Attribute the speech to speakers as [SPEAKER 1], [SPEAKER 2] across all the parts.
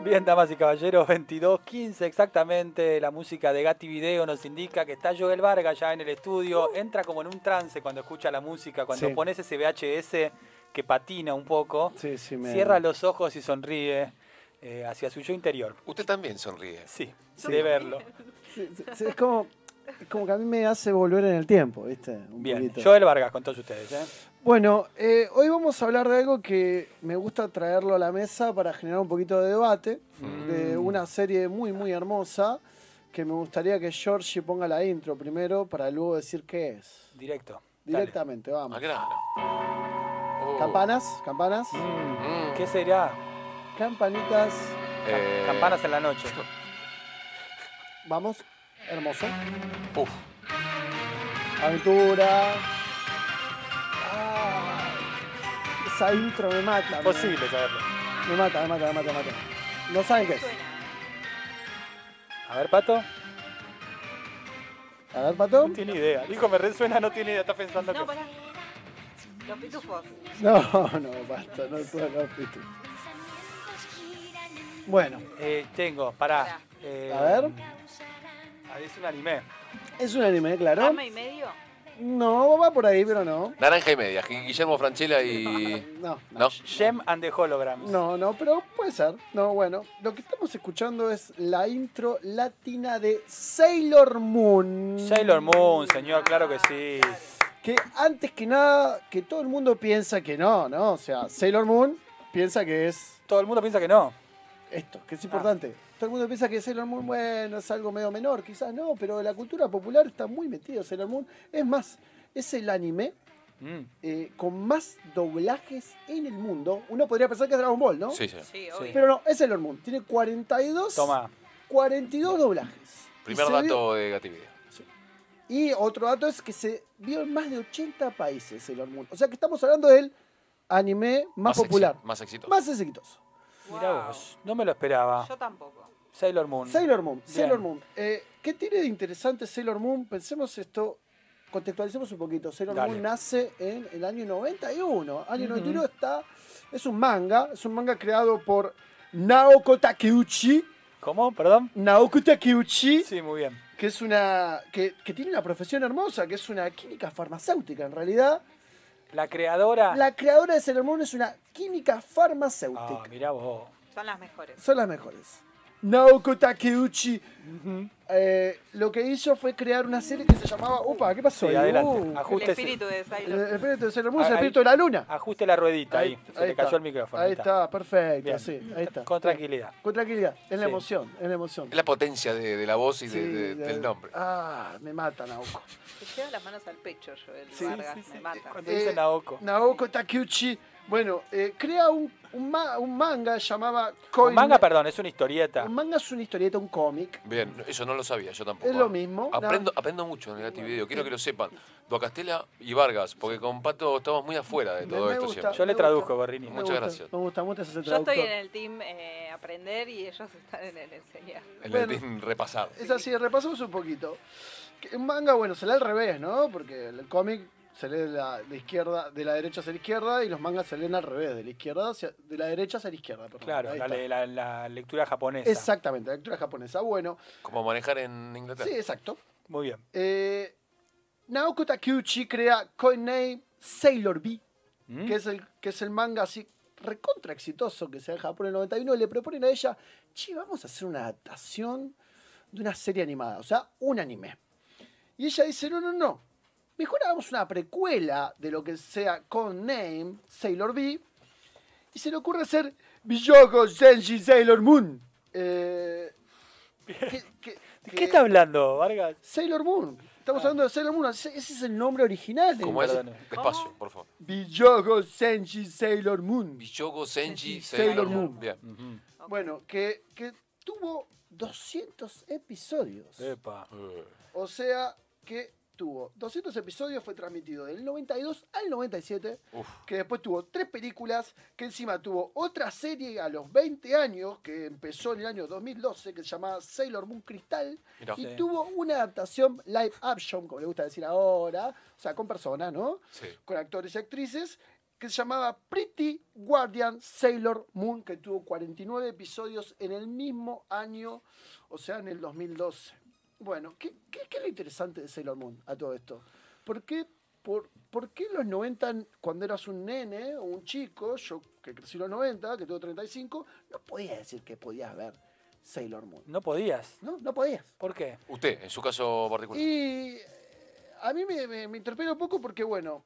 [SPEAKER 1] Bien, damas y caballeros, 22.15 exactamente. La música de Gatti Video nos indica que está Joel Vargas ya en el estudio. Entra como en un trance cuando escucha la música, cuando
[SPEAKER 2] Uh. Sí.
[SPEAKER 1] pones ese VHS que patina un poco.
[SPEAKER 2] Sí, sí, me-
[SPEAKER 1] Cierra los ojos y sonríe eh, hacia su yo interior.
[SPEAKER 3] Usted también sonríe.
[SPEAKER 1] Sí,
[SPEAKER 2] Sí.
[SPEAKER 1] de verlo.
[SPEAKER 2] Sí, sí, sí, es como, es como que a mí me hace volver en el tiempo, ¿viste? Un
[SPEAKER 1] Bien,
[SPEAKER 2] poquito.
[SPEAKER 1] Joel Vargas con todos ustedes. ¿eh?
[SPEAKER 2] Bueno, eh, hoy vamos a hablar de algo que me gusta traerlo a la mesa para generar un poquito de debate,
[SPEAKER 1] Mm.
[SPEAKER 2] de una serie muy, muy hermosa, que me gustaría que Georgie ponga la intro primero para luego decir qué es.
[SPEAKER 1] Directo. Dale.
[SPEAKER 2] Directamente, vamos.
[SPEAKER 3] Al grano. Ah, Oh.
[SPEAKER 2] Campanas, campanas,
[SPEAKER 3] Mm.
[SPEAKER 1] ¿Qué será?
[SPEAKER 2] campanitas,
[SPEAKER 3] Eh,
[SPEAKER 1] Campanas en la noche.
[SPEAKER 2] vamos, hermoso.
[SPEAKER 3] Uf.
[SPEAKER 2] Aventura. Ah, esa intro me mata. me-
[SPEAKER 1] Posible saberlo.
[SPEAKER 2] Me mata, me mata, me mata, me mata. No saben qué es.
[SPEAKER 1] A ver, Pato.
[SPEAKER 2] A ver, Pato.
[SPEAKER 1] No tiene idea. Dijo, me resuena, no tiene idea. Está pensando
[SPEAKER 4] No,
[SPEAKER 1] que...
[SPEAKER 4] pará. Los pitufos.
[SPEAKER 2] No, no, basta, no son los pitufos. Bueno,
[SPEAKER 1] Eh, tengo, pará.
[SPEAKER 4] Pará.
[SPEAKER 1] Eh,
[SPEAKER 2] a ver.
[SPEAKER 1] ah, Es un anime.
[SPEAKER 2] Es un anime, claro.
[SPEAKER 4] ¿Arma y medio?
[SPEAKER 2] No, va por ahí, pero no.
[SPEAKER 3] Naranja y media. Gui- Guillermo Franchella y.
[SPEAKER 2] No, no.
[SPEAKER 3] ¿No?
[SPEAKER 1] Gem and the Holograms.
[SPEAKER 2] No, no, pero puede ser. No, bueno. Lo que estamos escuchando es la intro latina de Sailor Moon.
[SPEAKER 1] Sailor Moon, señor, claro que sí.
[SPEAKER 2] Que antes que nada, que todo el mundo piensa que no, ¿no? O sea, Sailor Moon piensa que es
[SPEAKER 1] Todo el mundo piensa que no.
[SPEAKER 2] esto, que es importante. Todo el mundo piensa que Sailor Moon, bueno, es algo medio menor, quizás no, pero la cultura popular está muy metida en Sailor Moon. Es más, es el anime
[SPEAKER 1] Mm,
[SPEAKER 2] eh, con más doblajes en el mundo. Uno podría pensar que es Dragon Ball, ¿no?
[SPEAKER 3] Sí, sí.
[SPEAKER 4] Sí, obvio.
[SPEAKER 2] Pero no, es Sailor Moon. Tiene 42,
[SPEAKER 1] Toma.
[SPEAKER 2] 42 doblajes. Y
[SPEAKER 3] Primer
[SPEAKER 2] se vio-
[SPEAKER 3] dato de Gativideo.
[SPEAKER 2] y otro dato es que se vio en más de 80 países Sailor Moon. O sea que estamos hablando del anime más,
[SPEAKER 3] exi-
[SPEAKER 2] popular,
[SPEAKER 3] Más éxito.
[SPEAKER 2] más exitoso.
[SPEAKER 1] Mirá
[SPEAKER 4] Wow.
[SPEAKER 1] vos. Ah. No me lo esperaba.
[SPEAKER 4] Yo tampoco.
[SPEAKER 1] Sailor Moon.
[SPEAKER 2] Sailor Moon,
[SPEAKER 1] Bien.
[SPEAKER 2] Sailor Moon. Eh, ¿Qué tiene de interesante Sailor Moon? Pensemos esto, contextualicemos un poquito. Sailor
[SPEAKER 1] Dale.
[SPEAKER 2] Moon nace en el año 91. Año 91 está, es un manga, es un manga creado por Naoko Takeuchi.
[SPEAKER 1] ¿Cómo? ¿Perdón?
[SPEAKER 2] Naoko Takeuchi,
[SPEAKER 1] Sí, muy bien.
[SPEAKER 2] que es una, que, que tiene una profesión hermosa, que es una química farmacéutica en realidad.
[SPEAKER 1] La creadora.
[SPEAKER 2] La creadora de Sailor Moon es una química
[SPEAKER 1] Ah,
[SPEAKER 2] farmacéutica.
[SPEAKER 1] mirá vos.
[SPEAKER 4] Son las
[SPEAKER 1] Ah.
[SPEAKER 4] mejores.
[SPEAKER 2] Son las mejores. Naoko Takeuchi eh, lo que hizo fue crear una serie que se llamaba. Upa, ¿qué
[SPEAKER 1] Sí,
[SPEAKER 2] pasó? ahí?
[SPEAKER 1] adelante.
[SPEAKER 2] Uh,
[SPEAKER 1] Ajuste,
[SPEAKER 4] El espíritu de
[SPEAKER 2] el,
[SPEAKER 4] Sailor.
[SPEAKER 2] el espíritu de Sailor Moon es el
[SPEAKER 1] Ahí-
[SPEAKER 2] espíritu de la luna.
[SPEAKER 1] ajuste la ruedita ahí. Se le
[SPEAKER 2] está.
[SPEAKER 1] cayó el micrófono.
[SPEAKER 2] Ahí está, perfecto.
[SPEAKER 1] Bien.
[SPEAKER 2] Sí, ahí está.
[SPEAKER 1] Con tranquilidad.
[SPEAKER 2] Con tranquilidad. Es la
[SPEAKER 1] Sí.
[SPEAKER 2] emoción, es la emoción.
[SPEAKER 3] Es la potencia de, de la voz y de-
[SPEAKER 2] Sí,
[SPEAKER 3] de-
[SPEAKER 2] de-
[SPEAKER 3] del nombre.
[SPEAKER 2] Ah, me mata Naoko.
[SPEAKER 4] Te lleva las manos al pecho, Joel
[SPEAKER 2] Sí,
[SPEAKER 4] Vargas.
[SPEAKER 1] sí, sí.
[SPEAKER 4] Me mata.
[SPEAKER 1] Cuando dice Naoko.
[SPEAKER 2] Eh, Naoko Takeuchi, bueno, eh, crea un, un, ma- un manga llamaba
[SPEAKER 1] Un manga, perdón, es una historieta.
[SPEAKER 2] Un manga es una historieta, un cómic.
[SPEAKER 3] Bien, eso no lo sabía, yo tampoco. ah.
[SPEAKER 2] Es lo mismo,
[SPEAKER 3] Aprendo, aprendo mucho en el Gativideo, quiero que lo sepan. Duacastela y Vargas, porque con Pato estamos muy afuera de
[SPEAKER 2] Me-
[SPEAKER 3] todo
[SPEAKER 2] me
[SPEAKER 3] esto
[SPEAKER 2] gusta.
[SPEAKER 3] siempre.
[SPEAKER 1] Yo le
[SPEAKER 2] Me
[SPEAKER 1] traduzco,
[SPEAKER 2] gusta.
[SPEAKER 1] Gorrini.
[SPEAKER 2] Me
[SPEAKER 3] Muchas
[SPEAKER 2] gusta,
[SPEAKER 3] gracias.
[SPEAKER 2] Me gusta mucho ese
[SPEAKER 4] Yo
[SPEAKER 2] traductor.
[SPEAKER 4] estoy en el team eh, aprender y ellos están en el enseñar.
[SPEAKER 3] En
[SPEAKER 2] Bueno.
[SPEAKER 3] el team repasado.
[SPEAKER 2] Es así, repasamos un poquito. Que Un manga, bueno, se lee al revés, ¿no? Porque el cómic se lee de la, de izquierda, de la derecha hacia la izquierda y los mangas se leen al revés, de la izquierda hacia, de la derecha hacia la izquierda. perdón.
[SPEAKER 1] Claro,
[SPEAKER 2] Ahí
[SPEAKER 1] la,
[SPEAKER 2] está.
[SPEAKER 1] la- la lectura japonesa.
[SPEAKER 2] Exactamente, la lectura japonesa. Bueno,
[SPEAKER 3] Como manejar en Inglaterra.
[SPEAKER 2] sí, exacto.
[SPEAKER 1] Muy bien.
[SPEAKER 2] Eh, Naoko Takeuchi crea Coinei Sailor B,
[SPEAKER 1] Mm.
[SPEAKER 2] que es el, que es el manga así recontra exitoso que se da en Japón en el 91, le proponen a ella, che, vamos a hacer una adaptación de una serie animada, o sea, un anime. Y ella dice, no, no, no, mejor hagamos una precuela de lo que sea con Name, Sailor B, y se le ocurre hacer Biyoko Senshi Sailor Moon. Eh, que- que-
[SPEAKER 1] ¿De
[SPEAKER 2] que-
[SPEAKER 1] qué está Ah. hablando, Vargas?
[SPEAKER 2] Sailor Moon. Estamos hablando de Sailor Moon. Ese ese es el nombre original. del
[SPEAKER 3] Como es,
[SPEAKER 1] Perdón.
[SPEAKER 3] despacio,
[SPEAKER 4] ¿Cómo?
[SPEAKER 3] por favor.
[SPEAKER 2] Biyoko Senshi Sailor Moon.
[SPEAKER 3] Bichogo, Senji,
[SPEAKER 2] Sailor
[SPEAKER 3] Sailor
[SPEAKER 2] Moon.
[SPEAKER 3] Moon. Bien.
[SPEAKER 1] Ujú.
[SPEAKER 4] Ok.
[SPEAKER 2] Bueno, que, que tuvo 200 episodios.
[SPEAKER 1] Epa.
[SPEAKER 2] O sea, que tuvo 200 episodios, fue transmitido del 92 al 97,
[SPEAKER 3] Uf.
[SPEAKER 2] que después tuvo tres películas, que encima tuvo otra serie a los 20 años, que empezó en el año 2012, que se llamaba Sailor Moon Cristal,
[SPEAKER 3] Mirá.
[SPEAKER 2] y
[SPEAKER 1] Sí.
[SPEAKER 2] tuvo una adaptación live action, como le gusta decir ahora, o sea, con personas, ¿no?
[SPEAKER 3] Sí.
[SPEAKER 2] con actores y actrices que se llamaba Pretty Guardian Sailor Moon, que tuvo 49 episodios en el mismo año, o sea, en el 2012. Bueno, ¿qué, qué, qué es lo interesante de Sailor Moon a todo esto? ¿Por qué, por, por qué en los 90, cuando eras un nene o un chico, yo que crecí en los 90, que tengo 35, no podías decir que podías ver Sailor Moon?
[SPEAKER 1] No podías.
[SPEAKER 2] No, no podías.
[SPEAKER 1] ¿Por qué?
[SPEAKER 3] Usted, en su caso particular.
[SPEAKER 2] Y eh, a mí me, me, me interpela un poco porque, bueno,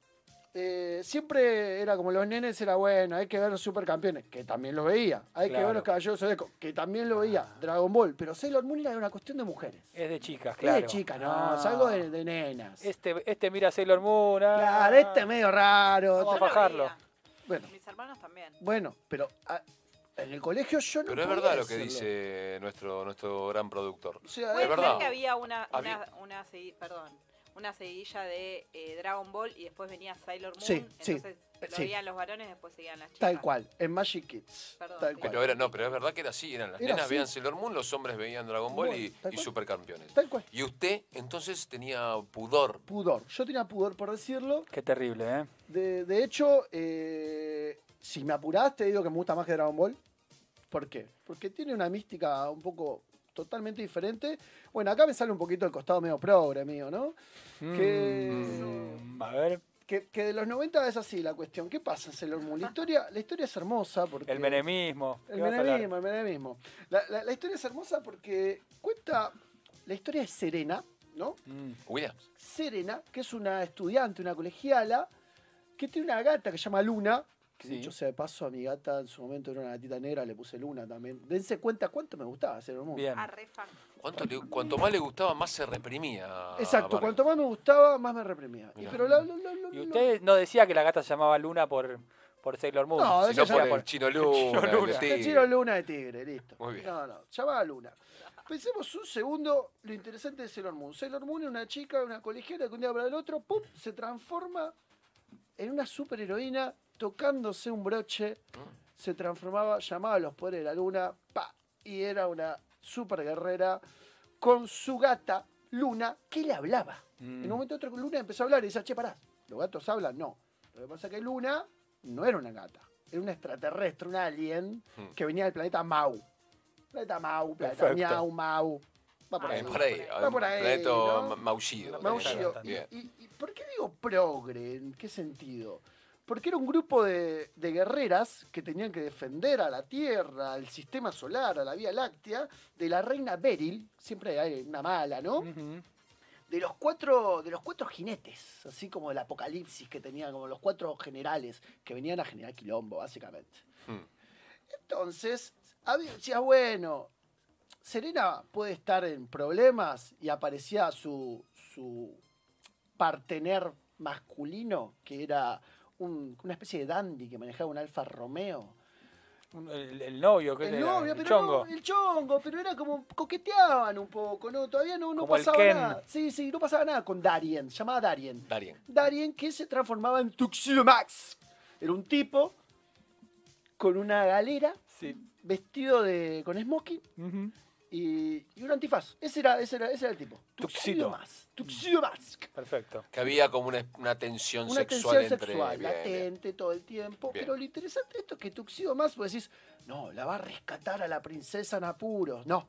[SPEAKER 2] eh, siempre era como los nenes, era bueno, hay que ver los supercampeones, que también lo veía. Hay que ver
[SPEAKER 1] Claro. Ah.
[SPEAKER 2] los caballeros del Zodíaco, que también lo veía. Dragon Ball, pero Sailor Moon era una cuestión de mujeres.
[SPEAKER 1] Es de chicas,
[SPEAKER 2] Claro.
[SPEAKER 1] Eh, claro.
[SPEAKER 2] de chicas, no,
[SPEAKER 1] Ah.
[SPEAKER 2] es algo de, de nenas.
[SPEAKER 1] Este, este mira Sailor Moon. ah.
[SPEAKER 2] Claro, este es medio raro.
[SPEAKER 1] Vamos a
[SPEAKER 4] Yo lo
[SPEAKER 1] fajarlo.
[SPEAKER 4] veía.
[SPEAKER 2] Bueno,
[SPEAKER 4] Mis hermanos también.
[SPEAKER 2] bueno, pero ah, en el colegio yo no
[SPEAKER 3] Pero es
[SPEAKER 2] podía
[SPEAKER 3] verdad lo que
[SPEAKER 2] hacerlo.
[SPEAKER 3] dice nuestro, nuestro gran productor.
[SPEAKER 2] O sea,
[SPEAKER 4] Puede
[SPEAKER 3] es
[SPEAKER 2] eh,
[SPEAKER 3] verdad.
[SPEAKER 4] ser que había una,
[SPEAKER 3] Había-
[SPEAKER 4] una, una segui- perdón, una seguidilla de eh, Dragon Ball y después venía Sailor Moon.
[SPEAKER 2] Sí, sí,
[SPEAKER 4] entonces lo
[SPEAKER 2] sí.
[SPEAKER 4] veían los varones, después seguían las chicas.
[SPEAKER 2] tal cual, en Magic Kids.
[SPEAKER 4] Perdón,
[SPEAKER 2] tal
[SPEAKER 4] sí.
[SPEAKER 2] cual.
[SPEAKER 3] Pero era, no, pero es verdad que era así, eran las
[SPEAKER 2] Era
[SPEAKER 3] nenas
[SPEAKER 2] así.
[SPEAKER 3] veían Sailor Moon, los hombres veían Dragon Ball y,
[SPEAKER 2] Tal
[SPEAKER 3] y
[SPEAKER 2] cual.
[SPEAKER 3] supercampeones.
[SPEAKER 2] Tal cual.
[SPEAKER 3] Y usted entonces tenía pudor.
[SPEAKER 2] Pudor. Yo tenía pudor por decirlo.
[SPEAKER 1] Qué terrible, ¿eh?
[SPEAKER 2] De, de hecho, eh, si me apurás, te digo que me gusta más que Dragon Ball. ¿Por qué? Porque tiene una mística un poco totalmente diferente. Bueno, acá me sale un poquito el costado medio progre mío, ¿no? Que-
[SPEAKER 1] Mm, a ver,
[SPEAKER 2] Que, que de los 90 es así la cuestión. ¿Qué pasa en Sailor Moon? La historia, la historia es hermosa porque...
[SPEAKER 1] el menemismo. ¿Qué
[SPEAKER 2] El
[SPEAKER 1] vas a hablar?
[SPEAKER 2] menemismo, el menemismo. La, la- la historia es hermosa porque cuenta... La historia es serena, ¿no?
[SPEAKER 1] Mm,
[SPEAKER 3] Williams.
[SPEAKER 2] Serena, que es una estudiante, una colegiala, que tiene una gata que se llama Luna. Que
[SPEAKER 1] Sí.
[SPEAKER 2] dicho sea de paso, a mi gata en su momento era una gatita negra, le puse Luna también. Dense cuenta cuánto me gustaba hacer Moon.
[SPEAKER 1] bien.
[SPEAKER 4] Ah, re fan.
[SPEAKER 3] Cuanto, le- cuanto más le gustaba, más se reprimía.
[SPEAKER 2] Exacto,
[SPEAKER 3] Vargas.
[SPEAKER 2] cuanto más me gustaba, más me reprimía. Y
[SPEAKER 3] Mirá.
[SPEAKER 2] pero la- la- la- la-
[SPEAKER 1] Ah, ¿Y
[SPEAKER 2] la-
[SPEAKER 1] usted no decía que la gata se llamaba Luna por, por Sailor Moon?
[SPEAKER 2] No,
[SPEAKER 3] Si
[SPEAKER 2] eso
[SPEAKER 3] no
[SPEAKER 2] ya
[SPEAKER 3] por
[SPEAKER 2] era
[SPEAKER 3] el chino Luna.
[SPEAKER 1] Chino
[SPEAKER 3] el
[SPEAKER 1] Luna.
[SPEAKER 3] tigre.
[SPEAKER 2] Te tiro Luna de tigre, listo.
[SPEAKER 3] Muy bien.
[SPEAKER 2] No, no, llamaba Luna. Pensemos un segundo lo interesante de Sailor Moon. Sailor Moon es una chica, una colegiala que un día para el otro, ¡pum! se transforma en una superheroína tocándose un broche.
[SPEAKER 3] Mm.
[SPEAKER 2] Se transformaba, llamaba a los poderes de la luna, ¡pa! Y era una super guerrera con su gata, Luna, que le hablaba.
[SPEAKER 1] Mm.
[SPEAKER 2] En un momento otro Luna empezó a hablar y decía, che, pará, ¿los gatos hablan? No. Lo que pasa es que Luna no era una gata, era una extraterrestre, un alien
[SPEAKER 3] Hmm.
[SPEAKER 2] que venía del planeta Mau. Planeta Mau, planeta
[SPEAKER 1] Perfecto.
[SPEAKER 2] Miau, Mau. Va por
[SPEAKER 3] Eh,
[SPEAKER 4] Ah,
[SPEAKER 2] ahí.
[SPEAKER 4] es
[SPEAKER 3] por ahí.
[SPEAKER 2] Va por ahí,
[SPEAKER 3] Planeto
[SPEAKER 2] ¿no?
[SPEAKER 3] ma- maullido.
[SPEAKER 2] Maullido.
[SPEAKER 1] Claro,
[SPEAKER 2] Y,
[SPEAKER 3] eh. Bien.
[SPEAKER 2] y- y por qué digo progre? ¿En qué sentido? Porque era un grupo de, de guerreras que tenían que defender a la Tierra, al sistema solar, a la Vía Láctea, de la reina Beryl, siempre hay una mala, ¿no?
[SPEAKER 1] Ujú.
[SPEAKER 2] de los cuatro de los cuatro jinetes, así como del apocalipsis que tenían como los cuatro generales que venían a generar quilombo básicamente.
[SPEAKER 3] Hmm.
[SPEAKER 2] Entonces, había- decía, bueno, Serena puede estar en problemas y aparecía su su partener masculino que era un- una especie de dandy que manejaba un Alfa Romeo.
[SPEAKER 1] Un- El, el novio, que
[SPEAKER 2] El
[SPEAKER 1] era?
[SPEAKER 2] novio,
[SPEAKER 1] el
[SPEAKER 2] pero
[SPEAKER 1] chongo.
[SPEAKER 2] no, eh. el chongo, pero era como coqueteaban un poco, ¿no? Todavía no, no
[SPEAKER 1] Como el
[SPEAKER 2] pasaba
[SPEAKER 1] Ken.
[SPEAKER 2] nada. Sí, sí, no pasaba nada con Darien, se llamaba Darien.
[SPEAKER 3] Darien.
[SPEAKER 2] Darien que se transformaba en Tuxedo Max. Era un tipo con una galera,
[SPEAKER 1] Sí.
[SPEAKER 2] vestido de con smoking
[SPEAKER 1] Ujú.
[SPEAKER 2] y, y un antifaz. Ese era, ese era, ese era el tipo.
[SPEAKER 1] Tuxedo.
[SPEAKER 2] Max. Tuxedo Mask.
[SPEAKER 1] Perfecto.
[SPEAKER 3] Que había como una, una tensión
[SPEAKER 2] Una
[SPEAKER 3] sexual
[SPEAKER 2] tensión
[SPEAKER 3] entre.
[SPEAKER 2] sexual,
[SPEAKER 3] bien, bien.
[SPEAKER 2] latente todo el tiempo.
[SPEAKER 3] Bien.
[SPEAKER 2] Pero lo interesante de esto es que Tuxedo Mask, vos decís, no, la va a rescatar a la princesa en apuros. No.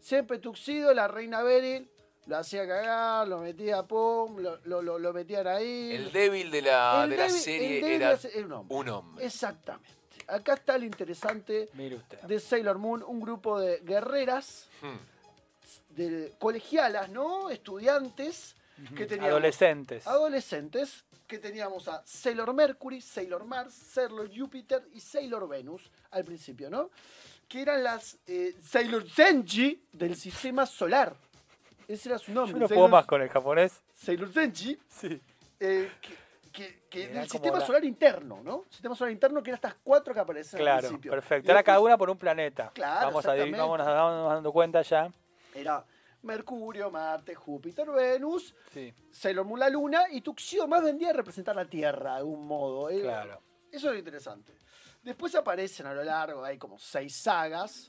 [SPEAKER 2] Siempre Tuxedo, la reina Beryl, lo hacía cagar, lo metía pum, lo, lo, lo- lo metían ahí.
[SPEAKER 3] El débil de la,
[SPEAKER 2] El
[SPEAKER 3] de la
[SPEAKER 2] débil-
[SPEAKER 3] serie
[SPEAKER 2] el débil
[SPEAKER 3] era
[SPEAKER 2] hace- era un hombre.
[SPEAKER 3] un hombre.
[SPEAKER 2] Exactamente. Acá está lo interesante
[SPEAKER 1] Mire usted.
[SPEAKER 2] de Sailor Moon, un grupo de guerreras,
[SPEAKER 3] Hmm.
[SPEAKER 2] de colegialas, ¿no? Estudiantes que tenían
[SPEAKER 1] Adolescentes.
[SPEAKER 2] Ah, adolescentes que teníamos a Sailor Mercury, Sailor Mars, Sailor Júpiter y Sailor Venus al principio, ¿no? Que eran las eh, Sailor Senji del sistema solar. Ese era su nombre.
[SPEAKER 1] Yo no puedo
[SPEAKER 2] Sailor-
[SPEAKER 1] más con el japonés.
[SPEAKER 2] Sailor Senji
[SPEAKER 1] Sí.
[SPEAKER 2] eh, que, que- que
[SPEAKER 1] Era
[SPEAKER 2] del
[SPEAKER 1] como
[SPEAKER 2] sistema
[SPEAKER 1] la-
[SPEAKER 2] solar interno, ¿no? Sistema solar interno que eran estas cuatro que aparecen al
[SPEAKER 1] Claro,
[SPEAKER 2] principio.
[SPEAKER 1] perfecto.
[SPEAKER 2] Y
[SPEAKER 1] Ahora cada
[SPEAKER 2] después
[SPEAKER 1] una por un planeta.
[SPEAKER 2] Claro,
[SPEAKER 1] vamos, a, divi-
[SPEAKER 2] exactamente.
[SPEAKER 1] vamos nos damos- dando cuenta ya.
[SPEAKER 2] Era Mercurio, Marte, Júpiter, Venus,
[SPEAKER 1] Sí,
[SPEAKER 2] Sailor Moon, la Luna y Tuxio más vendía a representar la Tierra de algún modo. eh.
[SPEAKER 1] claro.
[SPEAKER 2] Eso es lo interesante. Después aparecen a lo largo, hay como seis sagas.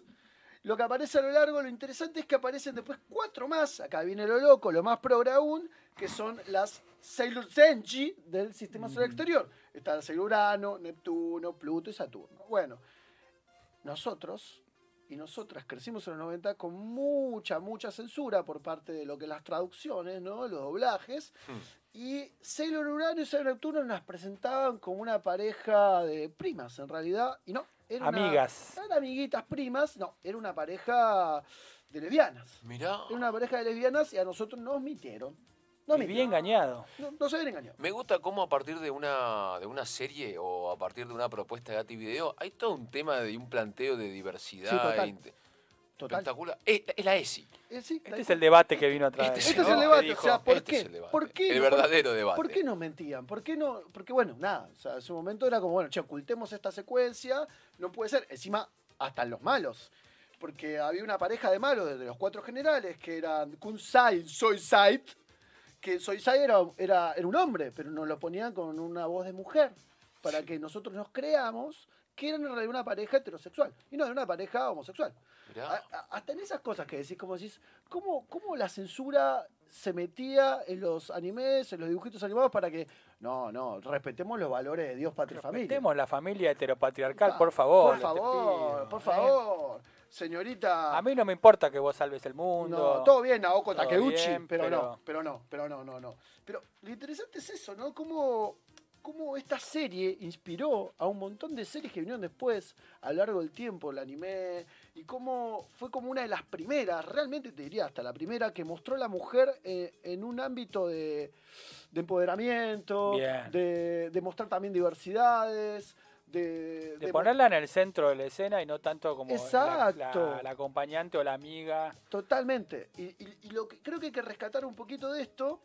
[SPEAKER 2] Lo que aparece a lo largo, lo interesante es que aparecen después cuatro más. Acá viene lo loco, lo más progre aún, que son las Sailor Senji del sistema solar exterior. Está la Sailor Urano, Neptuno, Pluto y Saturno. Bueno, nosotros y nosotras crecimos en los 90 con mucha, mucha censura por parte de lo que las traducciones, ¿no? Los doblajes.
[SPEAKER 1] Hmm.
[SPEAKER 2] Y Sailor Urano y Sailor Neptuno nos presentaban como una pareja de primas, en realidad. Y no, era una-
[SPEAKER 1] Amigas.
[SPEAKER 2] no eran amiguitas primas, no, era una pareja de lesbianas.
[SPEAKER 3] Mirá.
[SPEAKER 2] Era una pareja de lesbianas y a nosotros nos mitieron. Nos
[SPEAKER 1] Y bien
[SPEAKER 2] mitieron.
[SPEAKER 1] engañado.
[SPEAKER 2] No, no se habían engañado.
[SPEAKER 3] Me gusta cómo a partir de una, de una serie o a partir de una propuesta de Gati Video hay todo un tema de un planteo de diversidad.
[SPEAKER 2] Sí, total.
[SPEAKER 3] e inte-
[SPEAKER 2] Total.
[SPEAKER 3] Espectacular. Es, es la ESI.
[SPEAKER 2] Eh, sí, tal
[SPEAKER 1] Este es
[SPEAKER 2] cual.
[SPEAKER 1] el debate que vino atrás.
[SPEAKER 2] Este es el debate, o sea, ¿por
[SPEAKER 3] este
[SPEAKER 2] qué?
[SPEAKER 3] es el debate.
[SPEAKER 2] ¿Por qué
[SPEAKER 3] El
[SPEAKER 2] no?
[SPEAKER 3] verdadero debate.
[SPEAKER 2] ¿Por qué nos mentían? ¿Por qué no? Porque bueno, nada, o sea, en su momento era como, bueno, che, ocultemos esta secuencia, no puede ser, encima hasta los malos. Porque había una pareja de malos de los cuatro generales que eran Kunsai, Soyside, que Soyside era, era, era un hombre, pero nos lo ponían con una voz de mujer, para que nosotros nos creamos que eran en realidad una pareja heterosexual y no era una pareja homosexual.
[SPEAKER 3] Mirá.
[SPEAKER 2] A- a- hasta en esas cosas que decís, como decís, ¿cómo, ¿cómo la censura se metía en los animes, en los dibujitos animados para que, no, no, respetemos los valores de Dios, patria y familia?
[SPEAKER 1] Respetemos la familia heteropatriarcal,
[SPEAKER 2] Ah,
[SPEAKER 1] por favor.
[SPEAKER 2] Por
[SPEAKER 1] te
[SPEAKER 2] favor,
[SPEAKER 1] pido,
[SPEAKER 2] por
[SPEAKER 1] ¿eh?
[SPEAKER 2] favor. Señorita.
[SPEAKER 1] A mí no me importa que vos salves el mundo.
[SPEAKER 2] No, todo bien, Naoko
[SPEAKER 1] Todo
[SPEAKER 2] Takeuchi,
[SPEAKER 1] bien,
[SPEAKER 2] pero,
[SPEAKER 1] pero-
[SPEAKER 2] no, pero no, pero no, no, no. Pero lo interesante es eso, ¿no? Cómo, cómo esta serie inspiró a un montón de series que vinieron después a lo largo del tiempo, el anime, y cómo fue como una de las primeras, realmente te diría hasta la primera, que mostró a la mujer eh, en un ámbito de, de empoderamiento,
[SPEAKER 1] Bien.
[SPEAKER 2] de, de mostrar también diversidades,
[SPEAKER 1] De
[SPEAKER 2] de, de
[SPEAKER 1] ponerla en el centro de la escena y no tanto como la- la,
[SPEAKER 2] Exacto.
[SPEAKER 1] la acompañante o la amiga.
[SPEAKER 2] Totalmente. Y, y- y lo que creo que hay que rescatar un poquito de esto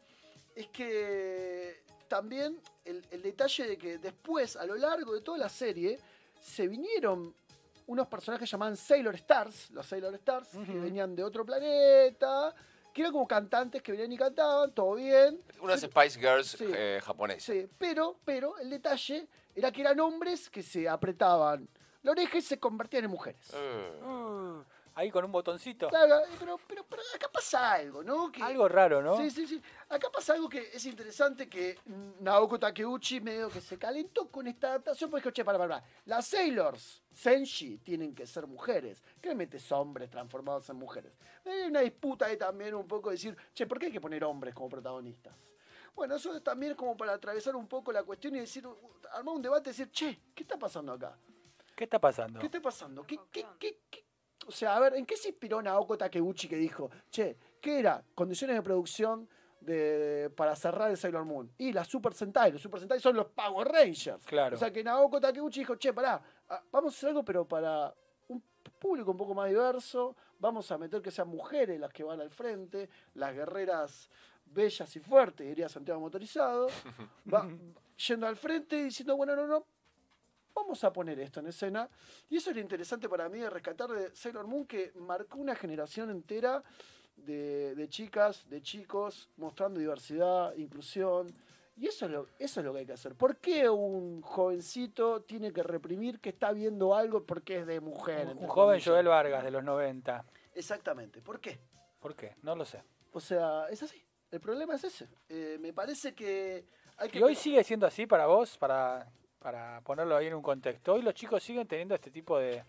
[SPEAKER 2] es que también el, el detalle de que después, a lo largo de toda la serie, se vinieron unos personajes llamados Sailor Stars, los Sailor Stars, que
[SPEAKER 1] Ujú.
[SPEAKER 2] venían de otro planeta, que eran como cantantes que venían y cantaban, todo bien.
[SPEAKER 3] Unas Spice Girls
[SPEAKER 2] Sí.
[SPEAKER 3] eh, japonesas.
[SPEAKER 2] Sí, pero, pero el detalle era que eran hombres que se apretaban la oreja y se convertían en mujeres.
[SPEAKER 3] Eh,
[SPEAKER 2] Ah,
[SPEAKER 1] Uh, ahí con un botoncito.
[SPEAKER 2] Claro, pero, pero, pero acá pasa algo, ¿no? Que-
[SPEAKER 1] Algo raro, ¿no?
[SPEAKER 2] Sí, sí, sí. Acá pasa algo que es interesante, que mm, Naoko Takeuchi medio que se calentó con esta adaptación, porque, dijo, che, para, para, para. Las Sailors, Senshi, tienen que ser mujeres. Claramente es hombres transformados en mujeres. Hay una disputa ahí también un poco de decir, che, ¿por qué hay que poner hombres como protagonistas? Bueno, eso es también como para atravesar un poco la cuestión y decir, uh, armar un debate y decir, che, ¿qué está pasando acá?
[SPEAKER 1] ¿Qué está pasando?
[SPEAKER 2] ¿Qué está pasando? ¿Qué, qué, qué, qué? O sea, a ver, ¿en qué se inspiró Naoko Takeuchi que dijo, che, ¿qué era? Condiciones de producción de, para cerrar el Sailor Moon. Y las Super Sentai, los Super Sentai son los Power Rangers.
[SPEAKER 1] Claro.
[SPEAKER 2] O sea, que Naoko Takeuchi dijo, che, pará, ah, vamos a hacer algo, pero para un público un poco más diverso, vamos a meter que sean mujeres las que van al frente, las guerreras bellas y fuertes, diría Santiago Motorizado, va yendo al frente y diciendo, bueno, no, no, vamos a poner esto en escena. Y eso es lo interesante para mí de rescatar de Sailor Moon, que marcó una generación entera de, de chicas, de chicos, mostrando diversidad, inclusión. Y eso es, lo, eso es lo que hay que hacer. ¿Por qué un jovencito tiene que reprimir que está viendo algo porque es de mujer?
[SPEAKER 1] un
[SPEAKER 2] entre
[SPEAKER 1] joven
[SPEAKER 2] comillas?
[SPEAKER 1] Joel Vargas de los 90.
[SPEAKER 2] Exactamente. ¿Por qué?
[SPEAKER 1] ¿Por qué? No lo sé.
[SPEAKER 2] O sea, es así. El problema es ese. Eh, me parece que hay que...
[SPEAKER 1] ¿Y hoy sigue siendo así para vos? Para, para ponerlo ahí en un contexto. Hoy los chicos siguen teniendo este tipo de,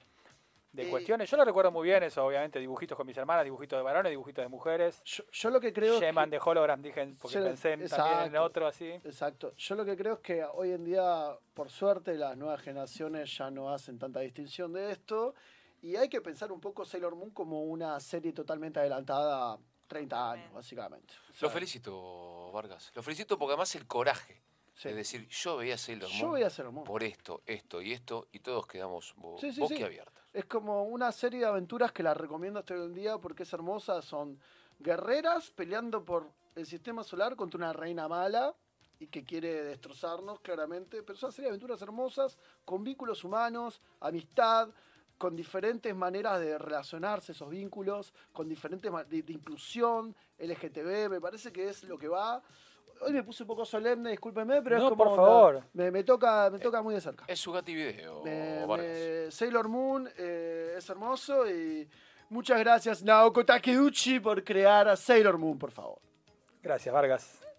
[SPEAKER 1] de
[SPEAKER 2] Eh,
[SPEAKER 1] cuestiones. Yo lo recuerdo muy bien, eso, obviamente. Dibujitos con mis hermanas, dibujitos de varones, dibujitos de mujeres.
[SPEAKER 2] Yo, yo lo que creo... es
[SPEAKER 1] Sheman
[SPEAKER 2] que-
[SPEAKER 1] de Hologram, dije, porque
[SPEAKER 2] Yeman,
[SPEAKER 1] pensé en- también en
[SPEAKER 2] exacto.
[SPEAKER 1] otro así.
[SPEAKER 2] Exacto. Yo lo que creo es que hoy en día, por suerte, las nuevas generaciones ya no hacen tanta distinción de esto. Y hay que pensar un poco Sailor Moon como una serie totalmente adelantada 30 años,
[SPEAKER 4] Totalmente.
[SPEAKER 2] básicamente. O sea,
[SPEAKER 3] Lo felicito, Vargas. Lo felicito porque además el coraje.
[SPEAKER 2] sí.
[SPEAKER 3] Es decir, yo veía Sailor
[SPEAKER 2] Yo
[SPEAKER 3] Moon
[SPEAKER 2] voy a Sailor Moon.
[SPEAKER 3] por esto, esto y esto, y todos quedamos bo
[SPEAKER 2] Sí, sí, sí.
[SPEAKER 3] boquiabiertos.
[SPEAKER 2] Es como una serie de aventuras que la recomiendo hasta hoy en día porque es hermosa. Son guerreras peleando por el sistema solar contra una reina mala y que quiere destrozarnos, claramente. Pero es una serie de aventuras hermosas con vínculos humanos, amistad, con diferentes maneras de relacionarse esos vínculos, con diferentes ma- de, de inclusión, LGTB. Me parece que es lo que va. Hoy me puse un poco solemne, discúlpeme, pero
[SPEAKER 1] No,
[SPEAKER 2] es como.
[SPEAKER 1] por favor.
[SPEAKER 2] Me, me toca, me toca muy de cerca.
[SPEAKER 3] Es su gati video,
[SPEAKER 2] Eh, Me-
[SPEAKER 3] Vargas.
[SPEAKER 2] me- Sailor Moon eh, es hermoso y Muchas gracias, Naoko Takeuchi, por crear a Sailor Moon, por favor.
[SPEAKER 1] Gracias, Vargas.